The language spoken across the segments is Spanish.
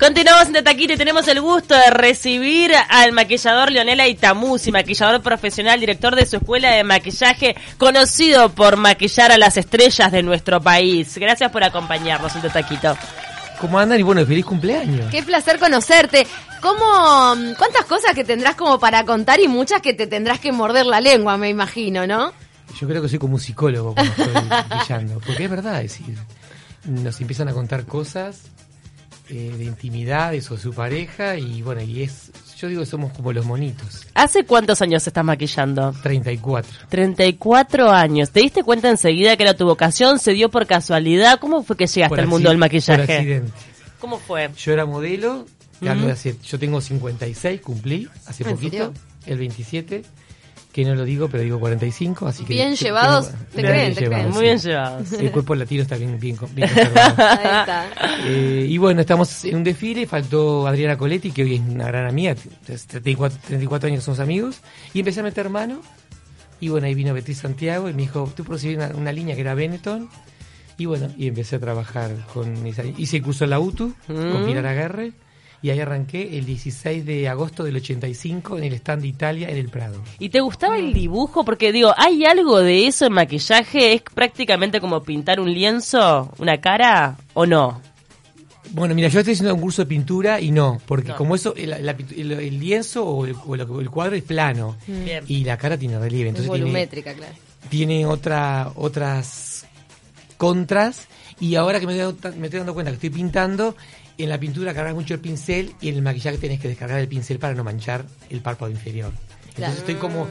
Continuamos en Tetaquito y tenemos el gusto de recibir al maquillador Leonela Itamuzzi, maquillador profesional, director de su escuela de maquillaje, conocido por maquillar a las estrellas de nuestro país. Gracias por acompañarnos en Tetaquito. ¿Cómo andan? Y bueno, feliz cumpleaños. Qué placer conocerte. ¿Cómo, mm, ¿Cuántas cosas que tendrás como para contar y muchas que te tendrás que morder la lengua, me imagino, ¿no? Yo creo que soy como un psicólogo cuando estoy brillando. Porque es verdad, es decir, nos empiezan a contar cosas eh, de intimidades o su pareja y bueno, y es, yo digo que somos como los monitos. ¿Hace cuántos años estás maquillando? 34. 34 años. ¿Te diste cuenta enseguida que era tu vocación? ¿Se dio por casualidad? ¿Cómo fue que llegaste Por al acci- mundo del Por maquillaje? accidente. ¿Cómo fue? Yo era modelo, te hablo Ujú. de hace- yo tengo 56, cumplí hace ¿En poquito, serio? el 27, que no lo digo, pero digo 45, así que... Bien te- llevados, tengo- te bien creen, te creen. llevados, Muy bien llevado. Ah, sí. El cuerpo latino está bien, bien, con- bien conservado. Ahí está. Eh, y bueno, estamos en un desfile, faltó Adriana Coletti, que hoy es una gran amiga, t- 34, 34 años somos amigos, y empecé a meter mano, y bueno, ahí vino Beatriz Santiago y me dijo, tú recibí una, una línea que era Benetton, y bueno, y empecé a trabajar con esa, hice el curso en la UTU, con Pilar Agarre, y ahí arranqué el 16 de agosto del 85 en el stand de Italia, en el Prado. ¿Y te gustaba el dibujo? Porque digo, ¿hay algo de eso en maquillaje? ¿Es prácticamente como pintar un lienzo, una cara o no? Bueno, mira, yo estoy haciendo un curso de pintura y no, porque No. como eso, el, la pintu- el- el lienzo o, el, o lo- el cuadro es plano Bien. y la cara tiene relieve, Es entonces tiene, volumétrica, claro. tiene otra, otras contras y ahora que me estoy, dando- me estoy dando cuenta que estoy pintando, en la pintura cargas mucho el pincel y en el maquillaje tenés que descargar el pincel para no manchar el párpado inferior. Claro. Entonces estoy como,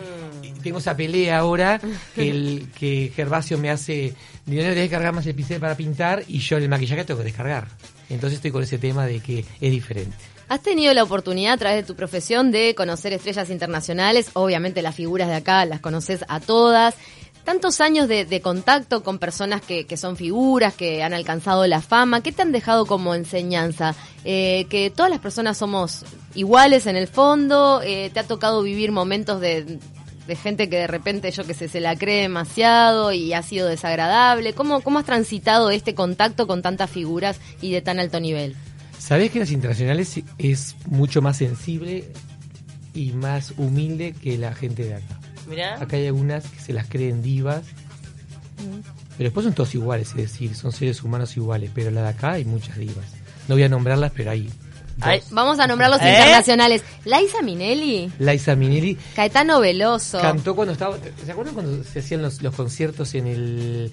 tengo esa pelea ahora que, el, que Gervasio me hace, no tenés que descargar más el pincel para pintar y yo en el maquillaje tengo que descargar. Entonces estoy con ese tema de que es diferente. ¿Has tenido la oportunidad a través de tu profesión de conocer estrellas internacionales? Obviamente las figuras de acá las conoces a todas. Tantos años de, de contacto con personas que, que son figuras, que han alcanzado la fama, ¿qué te han dejado como enseñanza? Eh, que todas las personas somos iguales en el fondo, Eh, te ha tocado vivir momentos de, de gente que de repente, yo que sé, se la cree demasiado y ha sido desagradable. ¿Cómo, cómo has transitado este contacto con tantas figuras y de tan alto nivel? ¿Sabés que las internacionales es mucho más sensible y más humilde que la gente de acá? Mirá. Acá hay algunas que se las creen divas. Pero después son todos iguales, es decir, son seres humanos iguales. Pero la de acá hay muchas divas. No voy a nombrarlas, pero hay. dos. Ay. Vamos a nombrar los ¿Eh? internacionales. Laisa Minelli, Liza Minnelli Caetano Veloso. cantó cuando estaba. ¿Se acuerdan cuando se hacían los, los conciertos en el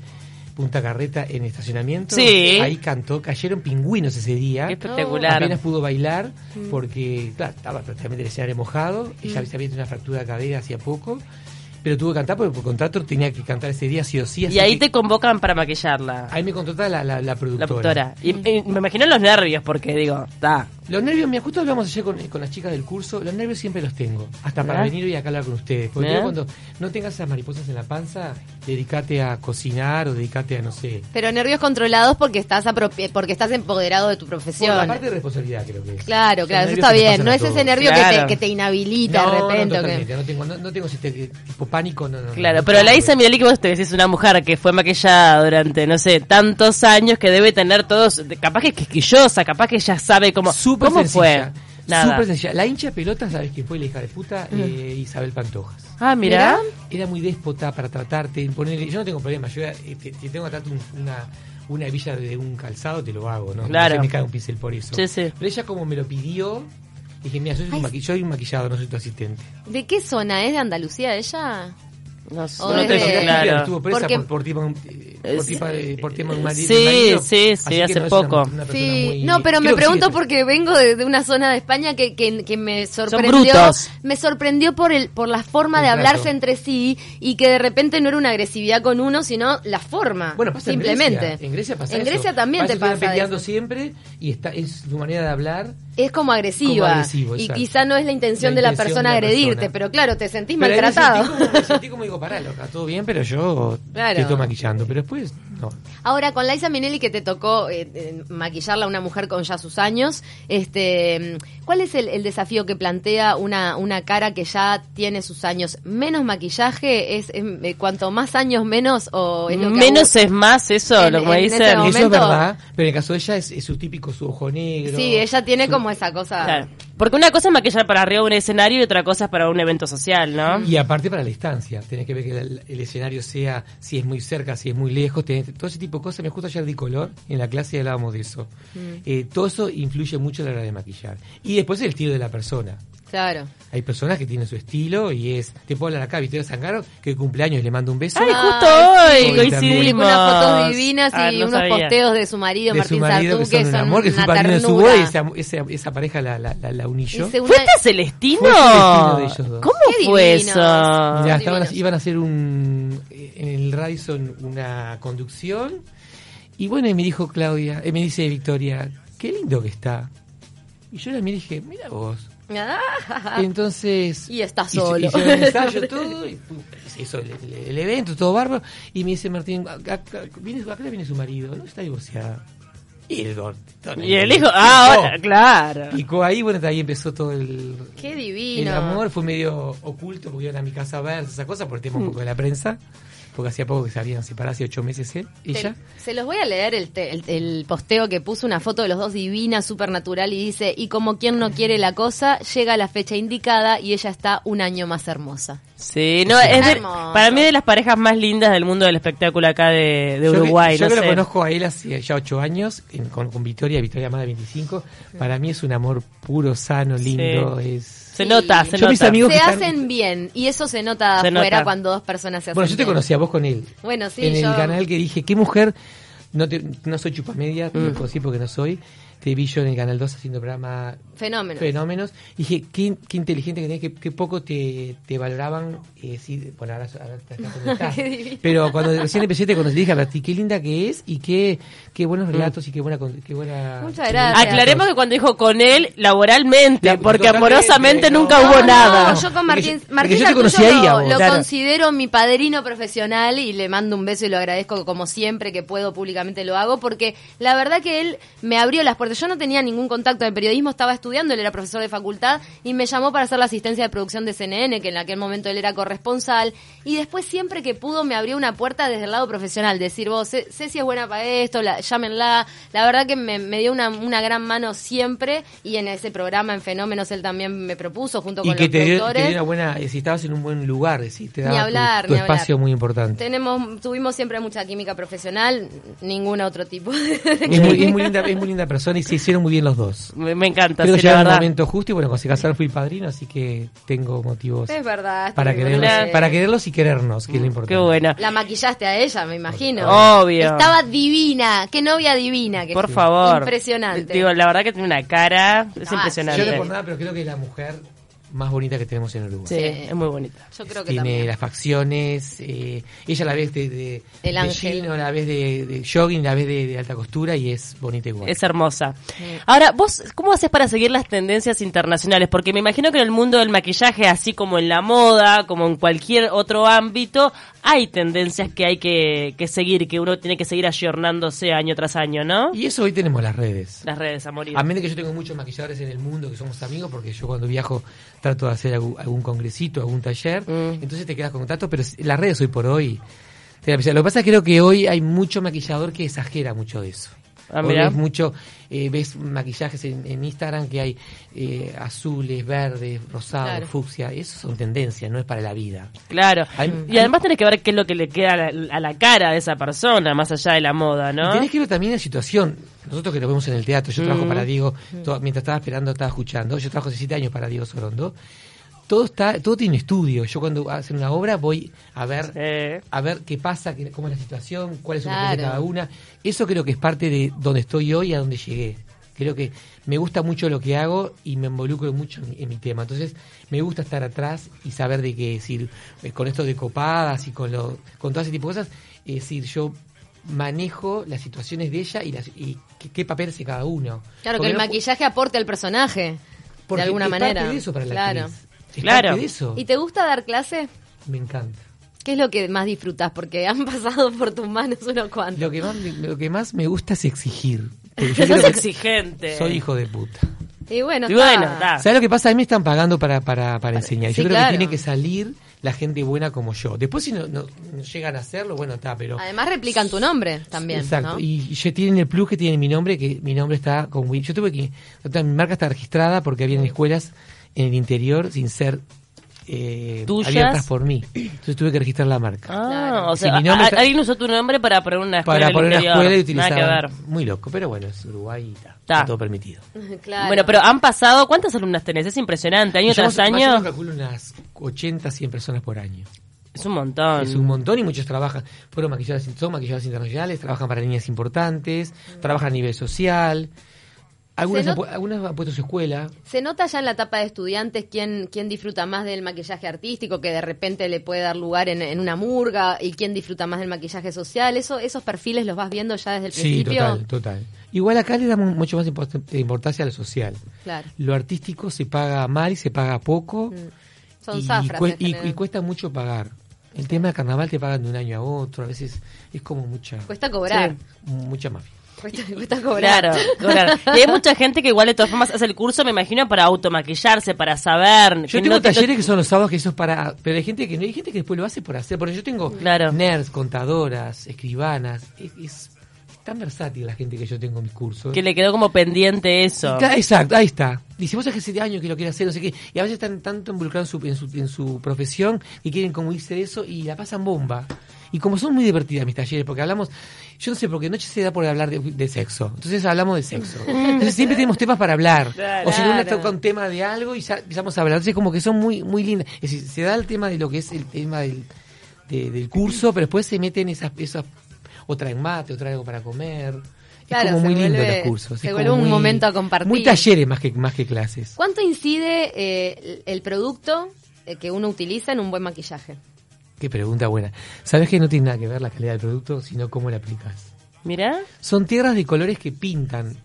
Punta Carreta en estacionamiento? Sí. Ahí cantó, cayeron pingüinos ese día. Qué espectacular. Apenas pudo bailar Mm. porque claro, estaba prácticamente el escenario mojado. Ella se había tenido una fractura de cadera hacía poco. Pero tuvo que cantar porque por contrato tenía que cantar ese día sí o sí. así Y ahí que- te convocan para maquillarla, Ahí me contrata la, la, la la productora. doctora. Y, y me imagino los nervios, porque digo, está. Los nervios, mira, justo hablamos ayer con, con las chicas del curso, los nervios siempre los tengo, hasta para ¿Eh? venir hoy acá a hablar con ustedes. Porque ¿Eh? yo cuando no tengas esas mariposas en la panza, dedícate a cocinar o dedícate a, no sé, Pero nervios controlados porque estás apropi- porque estás empoderado de tu por la profesión. parte de responsabilidad creo que es. Claro, Los claro, eso nervios está se nos bien. pasan No a es ese todos. nervio que, Claro. te, que te inhabilita No, de repente. no, o que- totalmente, no tengo, no, no tengo ese te- tipo pánico, no, no, no. Claro, No, pero no, la no. Isa Mirali que vos te decís una mujer que fue maquillada durante, no sé, tantos años que debe tener todos, de- capaz que es quisquillosa, capaz que ya sabe cómo, Súper ¿cómo sencilla. fue. Nada. Súper sencilla. La hincha de pelota, ¿sabes quién fue la hija de puta? Eh, Isabel Pantojas. Ah, mirá. era muy déspota para tratarte, ponerle, yo no tengo problema, yo eh, te, te tengo que tratarte un- una, una hebilla de un calzado, te lo hago, ¿no? Claro. No se me cae un pincel por eso. Sí, sí. Pero ella como me lo pidió, dije, mira, yo soy, un maqui- yo soy un maquillado, no soy tu asistente. ¿De qué zona es de Andalucía ella? No, sé, O no desde- tengo Ella claro. Estuvo presa Porque- por, por tema, eh, Eh, por, tipa de- por tema de un marido. sí, un marido, sí, sí, así que hace no es poco. una- una persona Sí, muy- no, pero me creo que pregunto sigue- porque vengo de, de una zona de España que, que, que me sorprendió, brutos. me sorprendió por el por la forma El de trato. hablarse entre sí y que de repente no era una agresividad con uno, sino la forma, Bueno, pasa simplemente. En Grecia, en Grecia pasa En eso. Grecia también Parece te que están pasa peleando eso. siempre y está, es su manera de hablar. Es como agresiva Como agresivo, y exacto. quizá no es la intención La de la intención persona de la agredirte, persona. pero claro, te sentís Pero ahí me maltratado. sentí como- me sentí como digo, pará, loca, todo bien, pero yo Claro. te estoy maquillando. Pero después no. Ahora, con Laisa Minelli que te tocó eh, eh, maquillarla a una mujer con ya sus años, este, ¿cuál es el, el desafío que plantea una, una cara que ya tiene sus años? ¿Menos maquillaje? ¿Es, es, eh, cuanto más años menos? o es lo que Menos es más, eso, En- lo que me en dicen. ese momento- Eso es verdad, pero en el caso de ella es, es su típico su ojo negro. Sí, ella tiene como esa cosa. Claro. Porque una cosa es maquillar para arriba de un escenario y otra cosa es para un evento social, ¿no? Y aparte para la distancia, tenés que ver que el, el escenario sea, si es muy cerca, si es muy lejos, tenés- todo ese tipo de cosas. Me justo ayer di color, en la clase hablábamos de eso. Mm. Eh, todo eso influye mucho a la hora de maquillar. Y después el estilo de la persona. Claro. Hay personas que tienen su estilo y es, te puedo hablar acá, viste de Sangaro, que cumpleaños le mando un beso. Ay, justo Ay, hoy sí. Publicó coincidimos. unas fotos divinas y Ah, no unos sabía. posteos de su marido, de Martín su marido, Sartú, que son un amor, que es su una marido de su ternura. boda, y esa, esa, esa pareja la, la, la, la uní yo. Hice una- ¿Fuiste a Celestino? Fue Celestino de ellos dos. ¿Cómo Qué fue divinos. eso? Mirá, Ah, estaban, divinos. iban a hacer un, en el Radisson una conducción. Y bueno, y me dijo Claudia, eh, me dice Victoria, qué lindo que está. Y yo la miré y dije, mira vos. Ah, Entonces. Y está hizo- solo. hizo el ensayo, todo, y pu- se hizo el, el- el evento, todo bárbaro. Y me dice Martín, acá, acá viene, acá viene su marido, no está divorciada. Y el gordo. Y el hijo, ah, ahora, claro. Picó ahí, bueno, ahí empezó todo el, Qué el divino. amor fue medio oculto porque iban a mi casa a ver esas cosas por el tema un poco de la prensa. Porque hacía poco que se habían separado, hace ocho meses él, Te- ella. se los voy a leer el, te- el- el posteo que puso una foto de los dos divina, supernatural, y dice, y como quien no quiere la cosa, llega la fecha indicada y ella está un año más hermosa. Sí, no, es de- Hermoso. para mí es de las parejas más lindas del mundo del espectáculo acá de, de Yo que- Uruguay. Yo no que sé. lo conozco a él hace ya ocho años, en- con, con Victoria, Victoria más de 25. Para mí es un amor puro, sano, lindo. Es... Se nota, Sí. se Yo mis nota. amigos- Digo Se que están- hacen bien, y eso se nota Se afuera nota. cuando dos personas se hacen Bueno, yo te bien. conocí a vos con él. Bueno, sí, en yo... el canal que dije, qué mujer, no, te- no soy chupamedia, Mm. no puedo decir porque no soy. Te vi yo en el canal 2 haciendo programa Fenómeno. fenómenos. Y dije, qué, qué inteligente que tenés, qué, qué poco te, te valoraban. Eh, sí, bueno, ahora, ahora te- te- te- te- Qué divino. Pero cuando recién empecé te conocí, dije, a ti qué linda que es y qué, qué buenos relatos y qué buena... con- Qué buena Mm. Muchas gracias. Aclaremos que cuando dijo con él, laboralmente, La- porque totalmente, amorosamente no. nunca No, hubo no, nada. yo con Martín, Porque yo- Martín porque yo te Artuyo conocí ahí a lo, vos, lo claro. considero mi padrino profesional y le mando un beso y lo agradezco como siempre que puedo públicamente lo hago porque la verdad que él me abrió las puertas. Yo no tenía ningún contacto de periodismo, estaba estudiando, él era profesor de facultad y me llamó para hacer la asistencia de producción de CNN, que en aquel momento él era corresponsal. Y después siempre que pudo me abrió una puerta desde el lado profesional, decir vos, sé, sé si es buena para esto, la- llámenla. La verdad que me, me dio una, una gran mano siempre y en ese programa en Fenómenos él también me propuso junto Y con que los te dio, te productores. dio una buena... eh, Si estabas en un buen lugar, eh, si te Ni daba tu- hablar, tu, ni hablar. espacio muy importante. Tenemos, tuvimos siempre mucha química profesional, ningún otro tipo. Es muy, es muy linda, es muy linda persona y se hicieron muy bien los dos. Me, me encanta, Creo sí, que la llegaba el verdad. momento justo y bueno, cuando se casaron fui padrino, así que tengo motivos es verdad. para estuvimos- quererlos, Mira. para quererlos y querernos, que es lo importante. Qué buena. La maquillaste a ella, me imagino. Obvio. Estaba divina, qué novia divina. Que Por favor. Impresionante. Digo, la verdad que tiene una cara, es Ah, impresionante. Yo no por nada, pero creo que es la mujer más bonita que tenemos en Uruguay. Sí, es muy bonita. Yo creo que Tiene también. las facciones, eh, ella la ves de, de, El de ángel. chino, la ves de, de jogging, la ves de, de alta costura y es bonita igual. Es hermosa. Ahora, vos, ¿cómo haces para seguir las tendencias internacionales? Porque me imagino que en el mundo del maquillaje, así como en la moda, como en cualquier otro ámbito, hay tendencias que hay que, que seguir, que uno tiene que seguir ayornándose año tras año, ¿no? Y eso hoy tenemos las redes. Las redes a morir. A menos que yo tengo muchos maquilladores en el mundo que somos amigos, porque yo cuando viajo trato de hacer algún, algún congresito, algún taller, Mm. entonces te quedas con contacto, pero s- las redes hoy por hoy. te la presentan. Lo que pasa es que creo que hoy hay mucho maquillador que exagera mucho de eso. Ah, Hoy mirá. ves mucho, eh, ves maquillajes en, en Instagram que hay eh, azules, verdes, rosados, Claro. fucsia. Eso son tendencias, no es para la vida. Claro. Hay- y además tenés que ver qué es lo que le queda a la, a la cara de esa persona, más allá de la moda, Y ¿no? Tenés que ver también la situación. Nosotros que nos vemos en el teatro, yo trabajo para Diego, to- mientras estaba esperando, estaba escuchando. Yo trabajo hace siete años para Diego Sorondo. Todo está, todo tiene estudio. Yo cuando hacen una obra voy a ver, Eh, a ver qué pasa, qué- cómo es la situación, cuál es el papel de Claro. cada una. Eso creo que es parte de donde estoy hoy y a donde llegué. Creo que me gusta mucho lo que hago y me involucro mucho en, en mi tema. Entonces, me gusta estar atrás y saber de qué decir. eh, Con esto de copadas y con, lo, con todo ese tipo de cosas, es decir, yo manejo las situaciones de ella y, las, y qué, qué papel hace cada uno. Claro, Porque que el no pu- maquillaje aporte al personaje, porque de alguna es parte manera. de eso para la claro. actriz. Es Claro. parte de eso. ¿Y te gusta dar clase? Me encanta. ¿Qué es lo que más disfrutas? Porque han pasado por tus manos unos cuantos. Lo que, más, me- lo que más me gusta es exigir. Porque Sos yo creo que exigente. Soy hijo de puta. Y bueno, Y está. bueno, está. ¿Sabes lo que pasa? A mí me están pagando para, para, para enseñar. yo sí, creo claro. que tiene que salir la gente buena como yo. Después, si no, no- no llegan a hacerlo, bueno, está, pero. Ah, Además replican tu nombre también. Exacto. ¿no? Y y ya tienen el plus que tiene mi nombre, que mi nombre está con Win- Yo tuve que. o sea, Mi marca está registrada porque habían escuelas en el interior sin ser eh, ¿Tuyas? abiertas por mí. Entonces tuve que registrar la marca. Ah, Claro. o Si sea, mi nombre a- está- alguien usó tu nombre para poner una escuela Para en el poner una interior. escuela y Nada que utilizar. ver. Muy loco, pero bueno, es Uruguay y está, Ta. está todo permitido. Claro. Bueno, pero han pasado, ¿cuántas alumnas tenés? Es impresionante, año Y yo tras más o- más o menos año. calculo unas 80, 100 personas por año. Es un montón. Em, Es un montón y muchos trabajan. Fueron maquilladoras, son maquilladoras internacionales, trabajan para niñas importantes, trabajan a nivel social. Algunas, Mm. Se han, not- pu- algunas han puesto su escuela. ¿Se nota ya en la etapa de estudiantes quién, quién disfruta más del maquillaje artístico, que de repente le puede dar lugar en, en una murga, y quién disfruta más del maquillaje social? Eso, ¿Esos perfiles los vas viendo ya desde el Sí, principio? total, total. Igual acá le damos mucho más import- importancia a lo social. Claro. Lo artístico se paga mal y se paga poco. Mm, Son y, zafras. cue- en y- general. y cuesta mucho pagar. El tema del carnaval te pagan de un año a otro. A veces es como mucha, Cuesta cobrar. mucha mafia. Cuesta, cuesta cobrar. Claro, claro. Y hay mucha gente que igual de todas formas hace el curso, me imagino, para automaquillarse, para saber. Yo que tengo no te- no- talleres que son los sábados que eso es para. Pero hay gente que no, hay gente que después lo hace por hacer. Porque yo tengo Claro. nerds, contadoras, escribanas. Es, es- es tan versátil la gente que yo tengo en mis cursos. que le quedó como pendiente eso. Ca- Exacto, ahí está. Y si vos hace siete años que lo quieres hacer, no sé qué. Y a veces están tanto involucrados en su, en su, en su profesión y quieren como irse de eso y la pasan bomba. Y como son muy divertidas mis talleres, porque hablamos, yo no sé, porque noche se da por hablar de, de sexo. Entonces hablamos de sexo. Entonces siempre tenemos temas para hablar. Claro. O si no, una toca un tema de algo y ya empezamos a hablar. Entonces como que son muy, muy lindas. Es decir, se da el tema de lo que es el tema del, de- del curso, pero después se meten esas, esas, o traen mate, o traen algo para comer. Claro, es como muy se lindo vuelve- los cursos. se es vuelve como un muy- momento a compartir. Muy talleres más que, más que clases. ¿Cuánto incide eh, el- el producto eh, que uno utiliza en un buen maquillaje? Qué pregunta buena. Sabes que no tiene nada que ver la calidad del producto, sino cómo la aplicas. Mirá. Son tierras de colores que pintan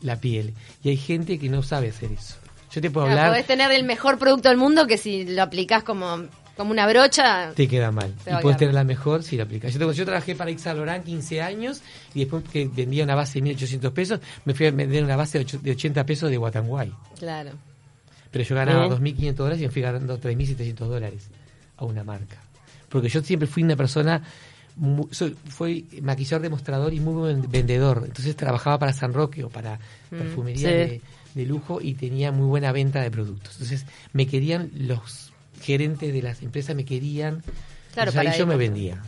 la piel. Y hay gente que no sabe hacer eso. Yo te puedo Claro, hablar, Ah, podés tener el mejor producto del mundo que si lo aplicás como, como una brocha. te queda mal. Te va a y puedes quedar tenerla mejor si la aplicas. Yo, tengo- yo trabajé para Yves Saint Laurent 15 años y después que vendía una base de 1800 pesos, me fui a vender una base de ocho- de 80 pesos de Guatanguay. Claro. Pero yo ganaba ¿Eh? 2.500 dólares y me fui ganando 3.700 dólares a una marca. Porque yo siempre fui una persona, mu- soy, fui maquillador demostrador y muy buen vendedor. Entonces trabajaba para San Roque o para Mm, perfumería sí. de, de lujo y tenía muy buena venta de productos. Entonces me querían los gerentes de las empresas, me querían. Claro, o sea, y para yo me ir- vendía.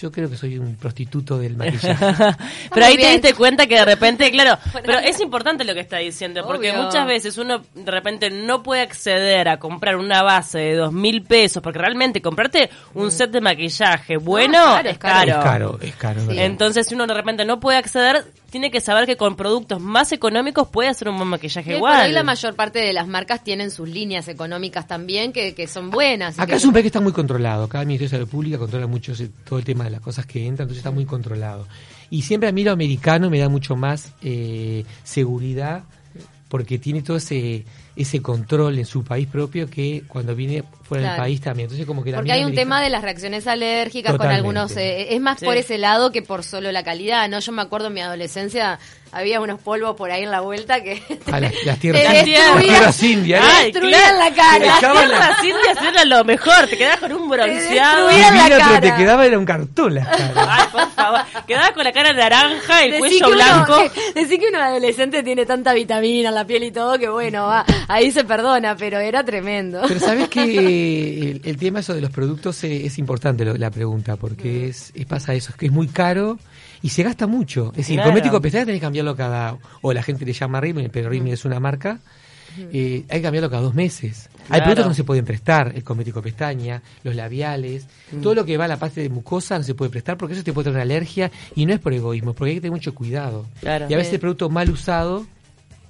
Yo creo que soy un prostituto del maquillaje. Pero muy ahí te bien. diste cuenta que de repente, claro, pero es importante lo que está diciendo, porque Obvio. muchas veces uno de repente no puede acceder a comprar una base de dos mil pesos, porque realmente comprarte un set de maquillaje bueno claro, es Mm. es caro. caro. Es caro, es caro. ¿verdad? Entonces, si uno de repente no puede acceder, tiene que saber que con productos más económicos puede hacer un buen maquillaje Y hoy por igual. hoy la mayor parte de las marcas tienen sus líneas económicas también que, que Ah, son buenas. y Acá que- es un país que está muy controlado. Acá el Ministerio de Salud Pública controla mucho ese- todo el tema de las cosas que entran, entonces está muy controlado. Y siempre a mí lo americano me da mucho más eh, seguridad porque tiene todo ese ese control en su país propio que cuando viene fuera del Claro. país también. Entonces como que la Porque mina hay un tema americana- de las reacciones alérgicas Totalmente. con algunos... eh, es más Sí. por ese lado que por solo la calidad, ¿no? Yo me acuerdo en mi adolescencia había unos polvos por ahí en la vuelta que... Ah, las, las te tierras, Las tierras. las destruían- tierras indias. ¿eh? Ay, destruían claro. la cara. Te echaban la- Las indias eran lo mejor, te quedás con un bronceado. destruían Divino, la pero cara. te quedaba era un cartón las caras. Ay, por favor. Quedabas con la cara naranja, el Decí cuello que uno- blanco. que- decí que un adolescente tiene tanta vitamina en la piel y todo que bueno, va, ahí se perdona, pero era tremendo. Pero sabes que el, el tema eso de los productos eh, es, importante lo- la pregunta, porque Mm. es, es- pasa eso, es que es muy caro y se gasta mucho. Es decir, Claro. el cosmético de pestañas tenés que cambiarlo cada, o la gente le llama Rimmel, pero Mm. Rimmel es una marca, eh, hay que cambiarlo cada dos meses. Hay Claro. productos que no se pueden prestar, el cosmético de pestaña, los labiales, Mm. todo lo que va a la parte de mucosa no se puede prestar porque eso te puede traer una alergia y no es por egoísmo, porque hay que tener mucho cuidado. Claro. Y a veces Sí. el producto mal usado,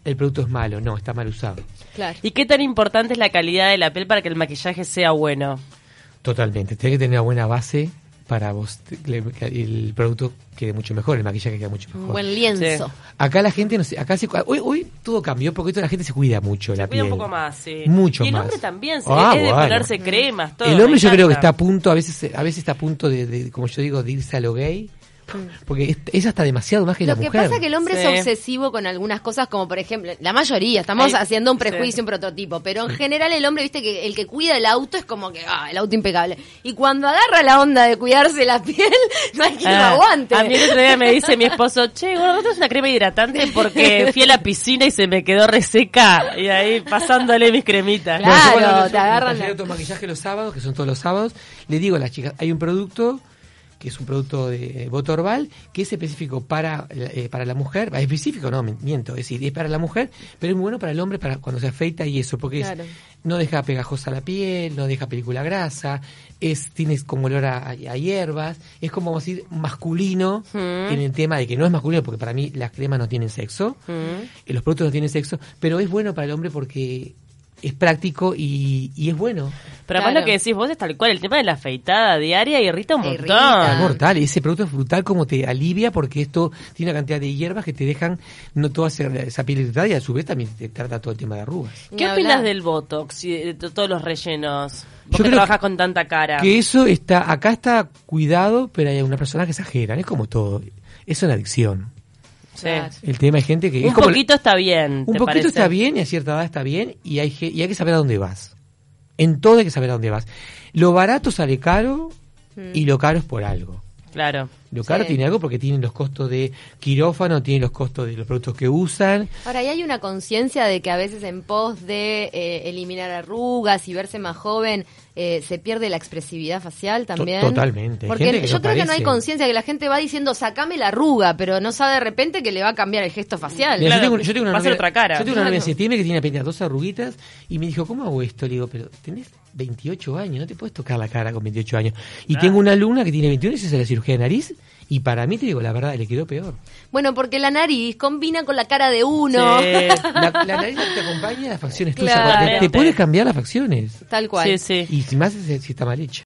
el producto es malo, no, está mal usado. Claro. ¿Y qué tan importante es la calidad de la piel para que el maquillaje sea bueno? Totalmente. Tiene que tener una buena base, para vos te- le- el producto quede mucho mejor, el maquillaje queda mucho Un mejor. buen lienzo. Sí. Acá la gente, no sé, acá se, cu- hoy, hoy todo cambió porque hoy toda la gente se cuida mucho la Cuida un piel. poco más, sí. Mucho y el más. hombre también, se- Ah, es de bueno. ponerse cremas, todo. el hombre me yo creo que está encanta. a punto, a veces, a veces está a punto de, de, como yo digo, de irse a lo gay, Mm. porque es, es hasta demasiado más que Lo la que mujer. pasa es que el hombre Sí. es obsesivo con algunas cosas, como por ejemplo, la mayoría, estamos Ay, haciendo un sí. prejuicio, un prototipo, pero en general el hombre, viste, que el que cuida el auto es como que, ah, el auto impecable. Y cuando agarra la onda de cuidarse la piel, no hay quien lo Ah, aguante. A mí el otro día me dice mi esposo, che, gordo, ¿vos tenés una crema hidratante? Porque fui a la piscina y se me quedó reseca. Y ahí pasándole mis cremitas. Claro. yo cuando te agarran la- otro maquillaje los sábados, que son todos los sábados, le digo a las chicas, hay un producto que es un producto de eh, Botorbal, que es específico para, la- eh, para la mujer, ah, específico no, me- miento, es decir, es para la mujer, pero es muy bueno para el hombre para cuando se afeita y eso, porque es- Claro. no deja pegajosa la piel, no deja película grasa, es, tienes como olor a, a- a hierbas, es como vamos a decir masculino en el tema de que no es masculino, porque para mí las cremas no tienen sexo, eh, los productos no tienen sexo, pero es bueno para el hombre porque es práctico y, y es bueno. Pero además Claro. lo que decís vos es tal cual, el tema de la afeitada diaria irrita un montón. Irrita. Ah. Es mortal, ese producto es brutal como te alivia porque esto tiene una cantidad de hierbas que te dejan no toda esa- esa piel irritada y a su vez también te trata todo el tema de arrugas. Ni ¿Qué hablar. opinas del Botox y de to- todos los rellenos? Yo Vos que creo trabajas que- con tanta cara. Que eso está, acá está cuidado, pero hay una persona que exagera, es como todo, es una adicción. Sí. Claro. El tema hay gente que... es Un como- poquito está bien. Un ¿te poquito parece? está bien y a cierta edad está bien y hay, ge- y hay que saber a dónde vas. En todo hay que saber a dónde vas. Lo barato sale caro Mm. y lo caro es por algo. Claro. Lo caro Sí. tiene algo porque tienen los costos de quirófano, tienen los costos de los productos que usan. Ahora, y hay una conciencia de que a veces en pos de eh, eliminar arrugas y verse más joven, eh, se pierde la expresividad facial también. totalmente. Hay Porque gente que yo no creo que no hay parece. conciencia, que la gente va diciendo, sacame la arruga, pero no sabe de repente que le va a cambiar el gesto facial. Mira, Claro, yo tengo, yo tengo una va a ser novia, otra cara. Yo tengo una novia en Claro. septiembre que tiene apenas dos arruguitas y me dijo, ¿cómo hago esto? Le digo, pero tenés 28 años, no te puedes tocar la cara con 28 años. Y tengo una alumna que tiene 21 y se hace la cirugía de nariz y para mí, te digo, la verdad, le quedó peor. Bueno, porque la nariz combina con la cara de uno. Sí. La, la nariz te acompaña a las facciones tuyas. Claro. porque Te, te puede cambiar las facciones. Tal cual. Sí, sí. Y si más, si si está mal hecha.